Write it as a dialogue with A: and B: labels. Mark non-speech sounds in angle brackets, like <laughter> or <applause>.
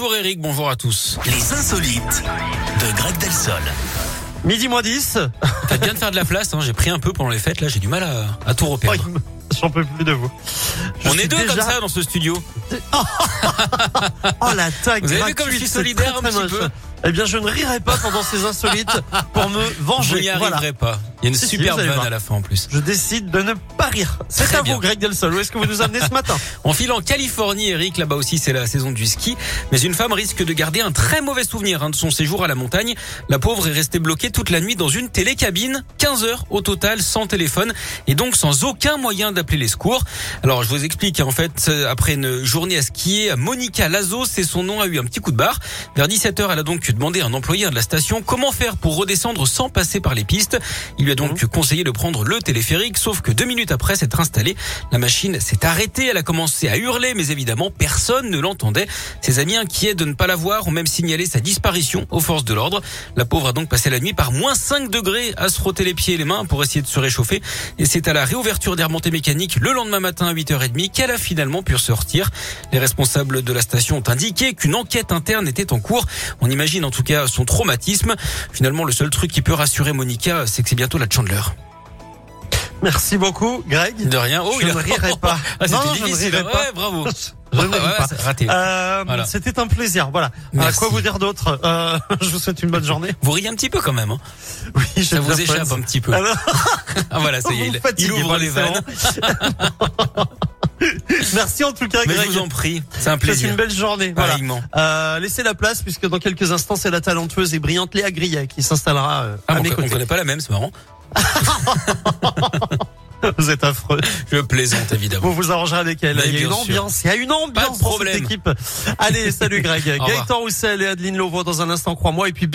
A: Bonjour Eric, bonjour à tous.
B: Les insolites de Greg Delsol.
C: Midi moins Oh, 10
A: Faites bien de faire de la place, hein, j'ai pris un peu pendant les fêtes, là j'ai du mal à, à tout
C: Oh,
A: repérer.
C: il- J'en peux plus de vous. Je
A: On
C: suis
A: est deux
C: déjà-
A: comme ça dans ce studio.
C: Oh l'attaque
A: Vous avez vu
C: gratuite,
A: comme je suis
C: c'est
A: solidaire
C: très, très
A: un petit
C: moche.
A: peu
C: Eh bien, je ne rirai pas pendant ces insolites pour me
A: Je
C: venger.
A: n'y
C: Voilà.
A: arriverai pas. Il y a une
C: Si, si,
A: superbe
C: vous allez
A: vanne
C: voir.
A: à la fin en plus.
C: Je décide de ne pas rire. C'est
A: Très
C: à
A: bien.
C: vous, Greg Delsol. Où est-ce que vous nous amenez ce matin
A: On file en Californie, Eric, là-bas aussi c'est la saison du ski, mais une femme risque de garder un très mauvais souvenir hein, de son séjour à la montagne. La pauvre est restée bloquée toute la nuit dans une télécabine, 15 heures au total sans téléphone et donc sans aucun moyen d'appeler les secours. Alors je vous explique, hein, en fait, euh, après une journée à skier, Monica Lazo, c'est son nom, a eu un petit coup de barre. Vers 17h, elle a donc demandé à un employé hein, de la station comment faire pour redescendre sans passer par les pistes. Il lui a donc conseillé de prendre le téléphérique, sauf que deux minutes après s'être installée, la machine s'est arrêtée, elle a commencé à hurler, mais évidemment, personne ne l'entendait. Ses amis inquiets de ne pas la voir ont même signalé sa disparition aux forces de l'ordre. La pauvre a donc passé la nuit par moins 5 degrés à se frotter les pieds et les mains pour essayer de se réchauffer. Et c'est à la réouverture des remontées mécaniques le lendemain matin à 8h30 qu'elle a finalement pu sortir. Les responsables de la station ont indiqué qu'une enquête interne était en cours. On imagine en tout cas son traumatisme. Finalement, le seul truc qui peut rassurer Monica, c'est que c'est bientôt la Chandler.
C: Merci beaucoup, Greg.
A: De rien. Oh,
C: je
A: il a-
C: ne
A: <laughs>
C: rirai pas.
A: Ah, c'était
C: non, non, je ne
A: difficile.
C: rirai
A: Ouais,
C: pas.
A: bravo.
C: <laughs> Je ne rirai
A: Ouais,
C: pas.
A: c'est raté.
C: Euh,
A: Voilà.
C: C'était un plaisir. Voilà. À
A: Merci.
C: quoi vous dire d'autre Euh, <laughs> Je vous souhaite une bonne journée.
A: Vous riez un petit peu quand même. hein.
C: Oui, j'ai
A: Ça
C: de la
A: vous échappe
C: presse.
A: un petit peu.
C: Alors,
A: Ah, voilà, ça y est,
C: Vous me
A: il,
C: fatiguez
A: il ouvre
C: pas,
A: les
C: c'est
A: vannes.
C: vraiment. <laughs> Merci en tout cas,
A: Mais
C: Greg.
A: je vous en prie, c'est un
C: Passez
A: plaisir.
C: une belle journée. Voilà.
A: Pareillement.
C: Euh, laissez la place puisque dans quelques instants c'est la talentueuse et brillante Léa Grillet qui s'installera euh,
A: Ah,
C: à
A: bon,
C: mes
A: on ne
C: côtés.
A: connaît pas la même, c'est marrant.
C: Vous êtes affreux.
A: Je plaisante évidemment.
C: Vous vous arrangerez avec elle.
A: Mais
C: il y a
A: bien
C: une
A: sûr.
C: ambiance. Il y a une ambiance
A: Pas de
C: dans
A: problème.
C: cette équipe. Allez, salut Greg.
A: <laughs> revoir.
C: Gaëtan Roussel et Adeline Lovaux dans un instant, crois-moi. Et puis